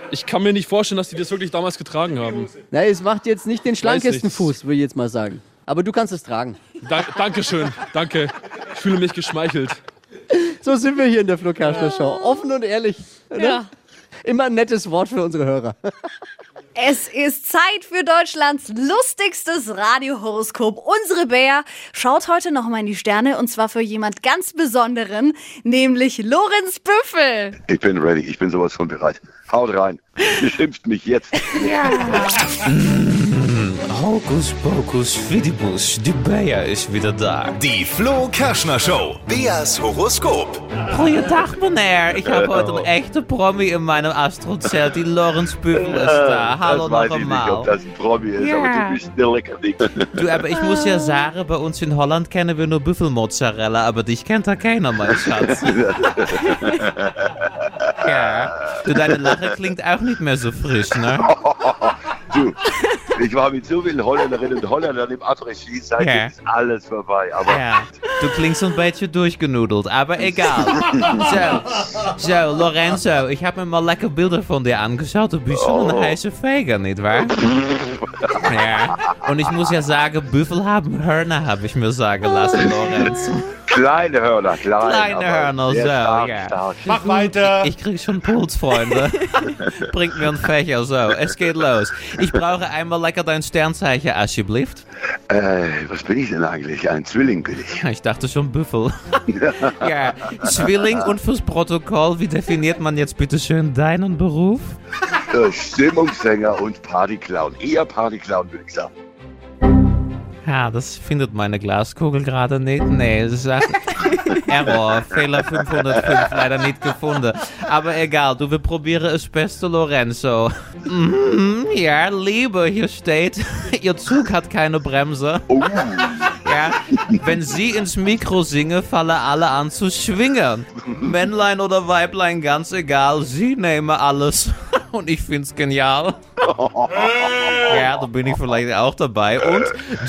H: ich kann mir nicht vorstellen, dass die das wirklich damals getragen haben.
C: Na, es macht jetzt nicht den schlankesten
H: nichts.
C: Fuß, würde ich jetzt mal sagen. Aber du kannst es tragen.
H: Da Dankeschön, danke. Ich fühle mich geschmeichelt.
C: So sind wir hier in der Flo Kerschner Show. Offen und ehrlich. Ne?
D: Ja.
C: Immer ein nettes Wort für unsere Hörer.
D: Es ist Zeit für Deutschlands lustigstes Radiohoroskop. Unsere Bär schaut heute nochmal in die Sterne und zwar für jemand ganz Besonderen, nämlich Lorenz Büffel.
O: Ich bin ready, ich bin sowas von bereit. Haut rein. Beschimpft mich jetzt.
I: Hokus pokus fidibus, die Bayer ist wieder da.
A: Die Flo Kerschner Show. Beas Horoskop.
I: Guten Tag, Monair. Ich habe heute einen echten Promi in meinem Astrozelt. Die Lorenz Büffel ist da. Hallo
O: das weiß ich nicht, ob
I: nochmal.
O: das ein Promi ist,
I: Ja.
O: aber du bist eine lecker Dick.
I: Du, aber ich muss ja sagen, bei uns in Holland kennen wir nur Büffelmozzarella, aber dich kennt da keiner, mein Schatz. ja. Du, deine Lache klingt auch nicht mehr so frisch, ne?
O: du, ich war mit so vielen Holländerinnen und Holländern im Après-Ski, seitdem
I: Ja.
O: ist alles vorbei. Aber
I: Ja, du klingst ein bisschen durchgenudelt, aber egal. So, so Lorenzo, ich habe mir mal lecker Bilder von dir angeschaut. Du bist schon
O: Oh.
I: ein heißer Feger, nicht wahr? Ja. Und ich muss ja sagen, Büffel haben Hörner, habe ich mir sagen lassen, Lorenz.
O: kleine Hörner, klein.
I: Kleine
O: aber
I: Hörner, so,
O: sehr stark,
I: ja.
O: stark.
E: Mach weiter.
I: Ich krieg schon Puls, Freunde. Bringt mir ein Fächer, so. Es geht los. Ich brauche einmal lecker dein Sternzeichen, alsjeblieft.
O: Äh, was bin ich denn eigentlich? Ein Zwilling bin ich.
I: Ich dachte schon Büffel. ja, Zwilling und fürs Protokoll, wie definiert man jetzt bitte schön deinen Beruf?
O: Äh, Stimmungssänger und Partyclown. Eher Partyclown, würde ich sagen.
I: Ja, Ah, das findet meine Glaskugel gerade nicht. Nee, es sagt Error, Fehler 505, leider nicht gefunden. Aber egal, du, wir probieren es Beste, Lorenzo. Mhm, ja, Liebe, hier steht, ihr Zug hat keine Bremse. Ja, wenn sie ins Mikro singen, fallen alle an zu schwingen. Männlein oder Weiblein, ganz egal, sie nehmen alles. Und ich find's genial. Ja, da bin ich vielleicht auch dabei. Und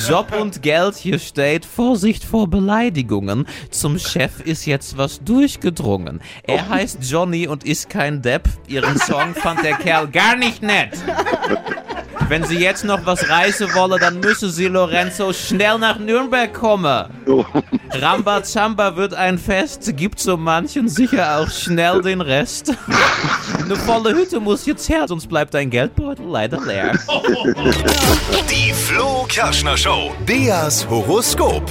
I: Job und Geld, hier steht, Vorsicht vor Beleidigungen. Zum Chef ist jetzt was durchgedrungen. Er heißt Johnny und ist kein Depp. Ihren Song fand der Kerl gar nicht nett. Wenn sie jetzt noch was reißen wolle, dann müsse sie Lorenzo schnell nach Nürnberg kommen. Ramba Zamba wird ein Fest, gibt so manchen sicher auch schnell den Rest. Eine volle Hütte muss jetzt her, sonst bleibt dein Geldbeutel leider leer.
A: Die Flo Kerschner Show. Beas Horoskop.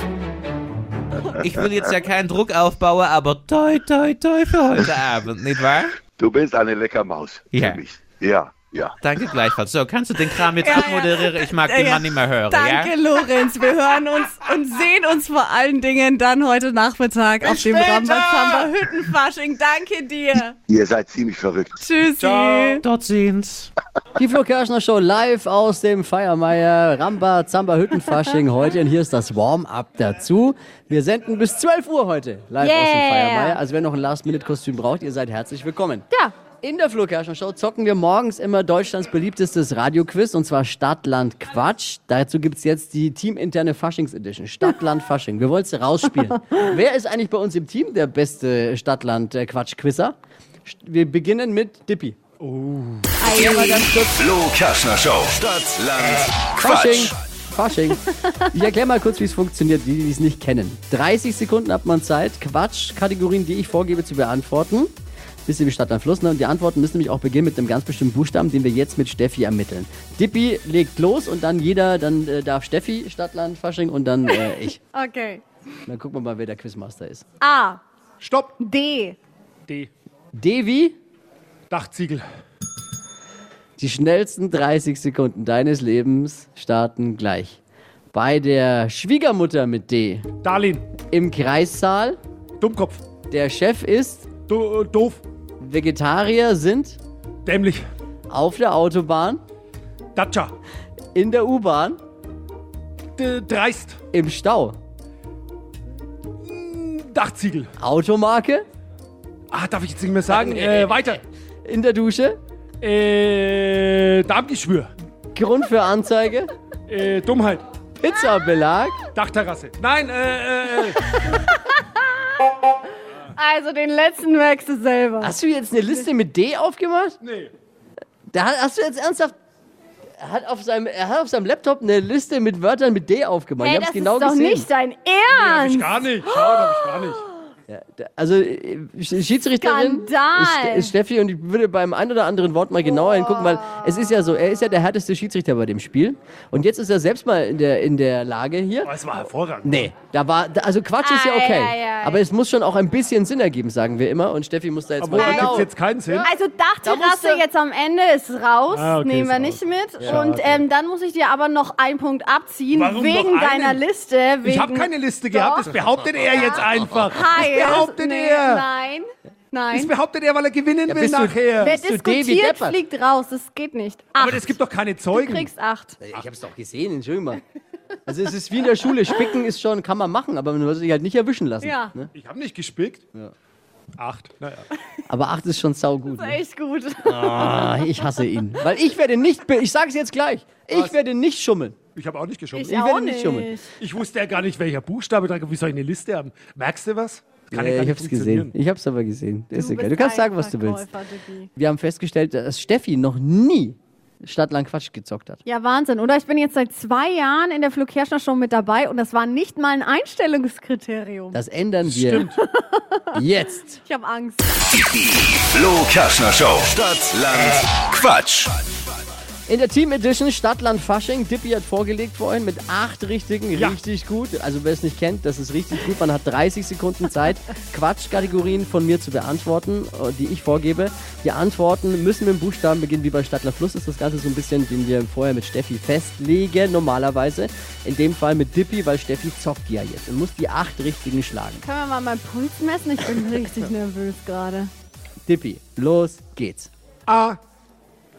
I: Ich will jetzt ja keinen Druck aufbauen, aber toi, toi, toi für heute Abend, nicht wahr?
O: Du bist eine lecker Maus.
I: Ja.
O: Für mich. Ja, ja.
I: Danke gleichfalls. So, kannst du den Kram jetzt
D: Ja, ja.
I: abmoderieren? Ich mag
D: Ja,
I: den
D: ja.
I: Mann nicht mehr hören,
D: Danke,
I: ja?
D: Lorenz. Wir hören uns und sehen uns vor allen Dingen dann heute Nachmittag auf dem
I: später.
D: Rambazamba Hüttenfasching. Danke dir.
O: Ihr seid ziemlich verrückt.
D: Tschüssi.
I: Dort sind's.
C: Die Flo Kerschner Show live aus dem Feiermeier Ramba Zamba Hüttenfasching heute. Und hier ist das Warm-up dazu. Wir senden bis 12 Uhr heute live aus dem
D: Yeah.
C: Feiermeier. Also wer noch ein Last-Minute-Kostüm braucht, ihr seid herzlich willkommen.
D: Ja.
C: In der Flo Kerschner Show zocken wir morgens immer Deutschlands beliebtestes Radioquiz und zwar Stadtland Quatsch. Dazu gibt's jetzt die teaminterne Faschings-Edition. Stadtland Fasching. Wir wollen's rausspielen. Wer ist eigentlich bei uns im Team der beste Stadtland äh, Quatsch-Quizzer? Wir beginnen mit Dippi.
A: Die Flo Kerschner Show. Stadt, Land, Quatsch.
C: Fasching. Ich erkläre mal kurz, wie es funktioniert, die, die es nicht kennen. 30 Sekunden hat man Zeit, Quatsch-Kategorien, die ich vorgebe, zu beantworten. Bisschen wie Stadt am Fluss, ne? Und die Antworten müssen nämlich auch beginnen mit einem ganz bestimmten Buchstaben, den wir jetzt mit Steffi ermitteln. Dippi legt los und dann jeder, dann äh, darf Steffi, Stadtland, Fasching und dann äh, ich.
D: Okay.
C: Dann gucken wir mal, wer der Quizmaster ist.
D: A.
E: Stopp.
D: D.
E: D.
C: Devi,
E: Dachziegel.
C: die schnellsten 30 Sekunden deines Lebens starten gleich. Bei der Schwiegermutter mit D.
E: Darlin.
C: Im Kreissaal.
E: Dummkopf.
C: Der Chef ist.
E: Do doof.
C: Vegetarier sind.
E: Dämlich.
C: Auf der Autobahn.
E: Datscha.
C: In der U-Bahn.
E: D dreist.
C: Im Stau.
E: Dachziegel.
C: Automarke?
E: Ah, darf ich jetzt nicht mehr sagen. Äh, weiter.
C: In der Dusche?
E: Äh, Darmgeschwür.
C: Grund für Anzeige?
E: Äh, Dummheit.
C: Pizzabelag?
E: Dachterrasse. Nein, äh, äh, äh.
D: Also den letzten merkst du selber.
C: Hast du jetzt eine Liste mit D aufgemacht?
E: Nee.
C: Da hat- hast du jetzt ernsthaft. Er hat, auf seinem, er hat auf seinem Laptop eine Liste mit Wörtern mit D aufgemacht.
D: hey,
C: ich
D: das
C: hab's genau
D: ist doch
C: gesehen.
D: nicht dein Ernst.
E: Gar nicht. Schau, hab ich gar nicht.
C: Ja, da- also, äh, Sch- Schiedsrichterin
D: Skandal.
C: ist, ist Steffi und ich würde beim ein oder anderen Wort mal genauer hingucken, weil es ist ja so, er ist ja der härteste Schiedsrichter bei dem Spiel. Und jetzt ist er selbst mal in der, in der Lage hier.
E: Das war hervorragend.
C: Nee, da war, da, also Quatsch ist ja
D: Ei,
C: okay.
D: ei, ei.
C: Aber es muss schon auch ein bisschen Sinn ergeben, sagen wir immer. Und Steffi muss da jetzt
E: Aber
C: wohl
E: da
C: genau-
E: gibt's jetzt keinen Sinn.
D: Also Dachterrasse jetzt am Ende ist raus,
C: Ah, okay,
D: nehmen wir
C: ist
D: nicht mit.
C: Ja,
D: Und
C: okay.
D: ähm, dann muss ich dir aber noch einen Punkt abziehen
E: Warum
D: wegen
E: noch einen?
D: deiner Liste. Wegen
E: Ich habe keine Liste gehabt, das behauptet er jetzt einfach.
D: Hi,
E: das behauptet
D: nee,
E: er.
D: Nein, nein.
E: Das behauptet er, weil er gewinnen
C: Ja,
E: will
C: bist du-
E: nachher.
D: Wer
C: bist du D wie
D: diskutiert,
C: Deppert?
D: fliegt raus. Das geht nicht. Acht.
E: Aber es gibt doch keine
D: du
E: Zeugen.
D: kriegst acht.
C: Ich hab's doch gesehen, entschuldigung mal. Also es ist wie in der Schule, Spicken ist schon, kann man machen, aber man soll sich halt nicht erwischen lassen.
D: Ja.
C: Ne?
E: Ich habe nicht gespickt. Acht. Naja.
C: Aber 8 ist schon saugut.
D: Das
C: Ne?
D: ist echt gut.
C: Ah, ich hasse ihn. Weil ich werde nicht, be- ich sag's jetzt gleich, ich werde nicht schummeln.
E: Ich habe auch nicht geschummelt.
C: Ich Ich auch werde nicht nicht. schummeln.
E: Ich wusste ja gar nicht, welcher Buchstabe da Wie soll ich eine Liste haben? Merkst du was?
C: Ja,
E: gar
C: Äh, ich
E: nicht
C: hab's gesehen.
E: funktionieren.
C: Ich hab's aber gesehen. ist egal.
D: bist
C: Du kannst sagen, was
D: einfach
C: du willst.
D: Käufer, Diggi.
C: Wir haben festgestellt, dass Steffi noch nie Stadtlang Quatsch gezockt hat.
D: Ja, Wahnsinn, oder? Ich bin jetzt seit zwei Jahren in der Flo Kerschner Show mit dabei und das war nicht mal ein Einstellungskriterium.
C: Das ändern wir jetzt.
D: Ich habe Angst.
A: Flo Kerschner Show. Stadt, Land, Quatsch.
C: In der Team Edition Stadtland Fasching. Dippy hat vorgelegt vorhin mit acht richtigen. Richtig gut. Also wer es nicht kennt, das ist richtig gut. Man hat 30 Sekunden Zeit, Quatschkategorien von mir zu beantworten, äh, die ich vorgebe. Die Antworten müssen mit dem Buchstaben beginnen, wie bei Stadtler Fluss ist das Ganze so ein bisschen, den wir vorher mit Steffi festlegen, normalerweise. In dem Fall mit Dippy, weil Steffi zockt ja jetzt und muss die acht richtigen schlagen.
D: Können wir mal meinen Puls messen? Ich bin richtig nervös gerade.
C: Dippy, los geht's.
E: A.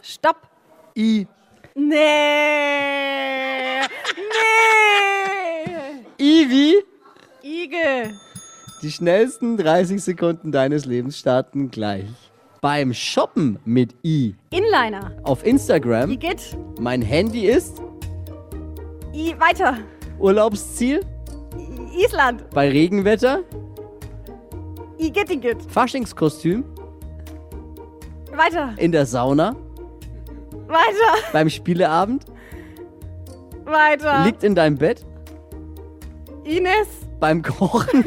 D: Stopp.
E: I.
D: Nee. Nee.
C: Ivi,
D: Igel.
C: die schnellsten 30 Sekunden deines Lebens starten gleich. Beim Shoppen mit I.
D: Inliner.
C: auf Instagram.
D: Igitt.
C: Mein Handy ist
D: I weiter.
C: Urlaubsziel
D: I Island.
C: bei Regenwetter,
D: Igitt, Igitt.
C: Faschingskostüm
D: Weiter.
C: in der Sauna,
D: Weiter.
C: beim Spieleabend,
D: Weiter.
C: liegt in deinem Bett,
D: Ines.
C: beim Kochen.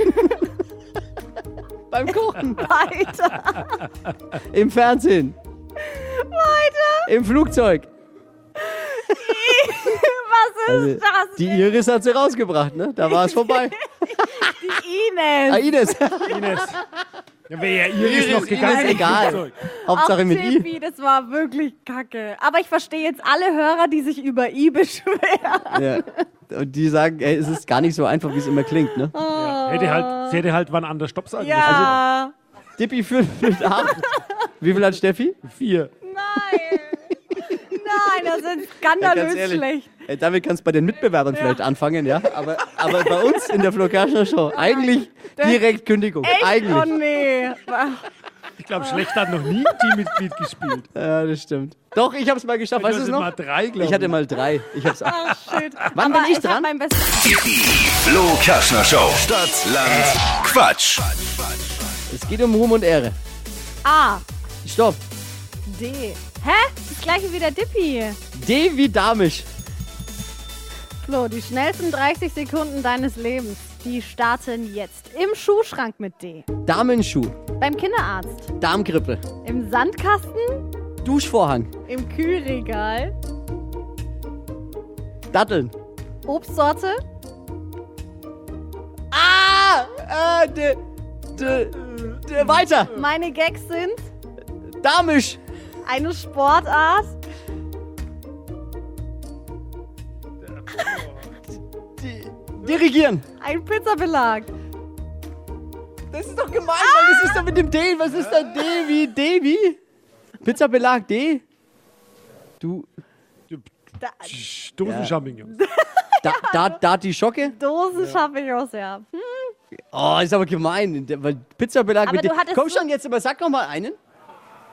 C: beim Kochen.
D: Weiter.
C: Im Fernsehen,
D: Weiter.
C: im Flugzeug.
D: Was
C: Also,
D: ist das?
C: die Iris hat sie rausgebracht, ne? Da war es vorbei.
D: Die
C: Ah,
D: Ines.
C: Ines.
E: Ines. Ja, wäre ja Iris, noch gegangen.
C: Ines, egal.
E: Flugzeug.
C: Hauptsache
D: Ach,
C: mit I.
D: Tippi, Das war wirklich kacke. Aber ich verstehe jetzt alle Hörer, die sich über I beschweren.
C: Ja. Und die sagen, ey, es ist gar nicht so einfach, wie es immer klingt, ne?
E: Hätte halt, sie hätte halt wann anders Stopp sagen
D: Oh. Ja.
C: Dippy führt mit 8. Wie viel hat Steffi?
E: müssen. Also Vier.
D: Nein. Nein, das sind
C: Ja, ganz
D: skandalös
C: ehrlich.
D: schlecht.
C: Äh, Damit kannst du bei den Mitbewerbern vielleicht anfangen, ja. Aber, aber bei uns in der Flo Kerschner Show eigentlich direkt Kündigung.
D: Echt? Oh
C: Eigentlich.
D: nee.
E: Ich
D: Ah.
E: glaube, schlecht hat noch nie ein Teammitglied gespielt.
C: Ja, das stimmt. Doch, ich habe es mal geschafft.
E: Du
C: Weißt du
E: hast
C: es
E: mal
C: noch?
E: drei, glaube
C: Ich hatte mal drei. Ich hab's auch.
D: Ach, shit.
C: Wann
D: Ah, Aber
C: bin ich
D: hab
C: dran?
D: Mein Bestes.
A: Flo Kerschner Show. Stadt, Land, Quatsch.
C: Es geht um Ruhm und Ehre.
D: A.
C: Stopp.
D: D. Hä? Das gleiche wie der Dippi.
C: D wie Damisch.
D: Flo, die schnellsten 30 Sekunden deines Lebens, die starten jetzt. Im Schuhschrank mit D.
C: Damenschuh.
D: Beim Kinderarzt.
C: Darmgrippe.
D: Im Sandkasten.
C: Duschvorhang.
D: Im Kühlregal.
C: Datteln.
D: Obstsorte.
C: Ah! Äh, d, d, d, weiter.
D: Meine Gags sind
C: Damisch.
D: eine Sportart.
C: D, dirigieren.
D: Ein Pizzabelag.
C: Das ist doch gemein, weil das ist doch mit dem D. Was ist da D wie? D wie? Pizzabelag D? Du.
D: Da
E: ich. Dosenchampignon.
C: Da, da, da die Schocke?
D: Dosen schaffe ich aus, ja. Hm?
C: Oh, ist aber gemein. Der- weil Pizzabelag
D: Aber
C: mit
D: du
C: D.
D: hattest
C: Komm
D: so-
C: schon, jetzt aber sag noch mal einen.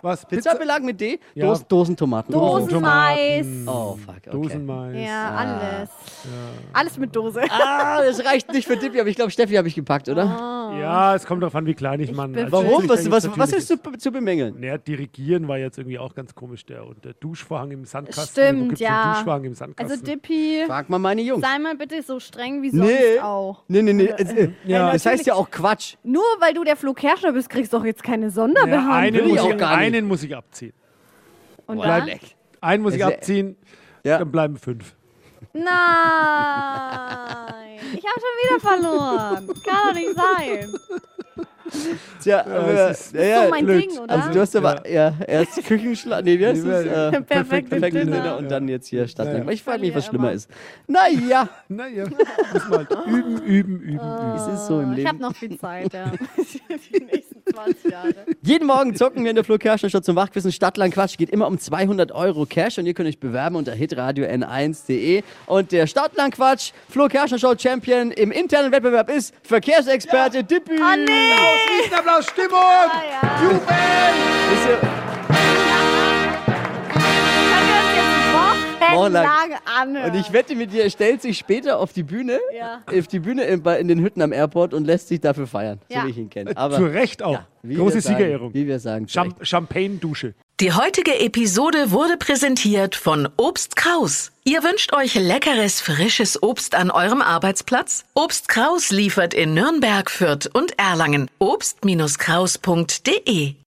E: Was?
C: Pizzabelag mit D?
E: Ja.
C: Dosen, Dosentomaten.
D: Dosenmais.
C: Oh, fuck. Okay.
E: Dosenmais.
D: Ja, alles.
E: Ja.
D: Alles mit Dose.
C: Ah, das reicht nicht für Dippy, aber ich glaube, Steffi habe ich gepackt, oder?
D: Ah.
E: Ja, es kommt darauf an, wie klein ich man.
C: bin Warum? Was- was- was ist
E: zu,
C: bemängeln?
E: Naja, dirigieren war jetzt irgendwie auch ganz komisch. Der, und der Duschvorhang im Sandkasten. Wo
D: Stimmt,
E: gibt's
D: ja.
E: Einen Duschvorhang im Sandkasten.
D: Also Dippy,
C: Frag mal meine Jungs.
D: sei mal bitte so streng wie sonst
C: Nee.
D: auch.
C: Nee, nee, nee. Es, äh,
D: Ja.
C: Das heißt ja auch Quatsch.
D: Nur weil du der Flo Kerschner bist, kriegst du doch jetzt keine
E: naja, einen,
D: Sonderbehandlung.
E: muss ich,
C: auch gar nicht.
E: einen muss ich abziehen.
D: Und
E: Bleib-
D: dann?
E: Einen muss ich
C: Also,
E: abziehen. Dann bleiben fünf.
D: Nein. Ich habe schon wieder verloren. Kann doch nicht sein.
C: Tja,
E: Ja,
C: aber-
E: es ist-
C: ja, ja,
D: so mein
C: blöd.
D: Ding, oder?
C: Also du hast aber ja. erst Küchenschlag, nee, wie heißt
E: Nee,
C: das?
E: nee.
C: Äh,
D: Perfekte
C: perfekte
D: Dinner.
C: Dinner und dann jetzt hier Stadtland.
E: Ja.
C: Ich frage mich, was
D: Verlier
C: schlimmer
D: immer.
C: ist. Naja,
E: Naja, müssen wir halt üben, üben, üben.
D: Ah.
E: üben.
C: es ist so im
D: Ich habe
C: Leben.
D: noch viel Zeit, ja. Die nächsten 20 Jahre.
C: Jeden Morgen zocken wir in der Flo Kerschner Show zum Wachquissen. Stadtland Quatsch geht immer um 200 Euro Cash und ihr könnt euch bewerben unter hitradio n1.de. Und der Stadtland Quatsch, Flo Kerschner Show Champion im internen Wettbewerb ist Verkehrsexperte Dippy.
D: Ah, nee.
E: Riesenapplaus, Stimmung!
C: Ist ja-
D: Wochenlang
C: Wochenlang.
D: anhören.
C: Und ich wette mit dir, er stellt sich später auf die Bühne,
D: Ja.
C: auf die Bühne in, bei- in den Hütten am Airport und lässt sich dafür feiern,
D: Ja.
C: so wie ich ihn kenne.
E: Äh,
C: Aber
E: Zu Recht auch.
C: wie
E: Große
C: wir sagen-
E: Siegerehrung.
C: Wie wir sagen,
E: Cham Champagne-Dusche.
P: Die heutige Episode wurde präsentiert von Obst Kraus. Ihr wünscht euch leckeres, frisches Obst an eurem Arbeitsplatz? Obst Kraus liefert in Nürnberg, Fürth und Erlangen. Obst-Kraus.de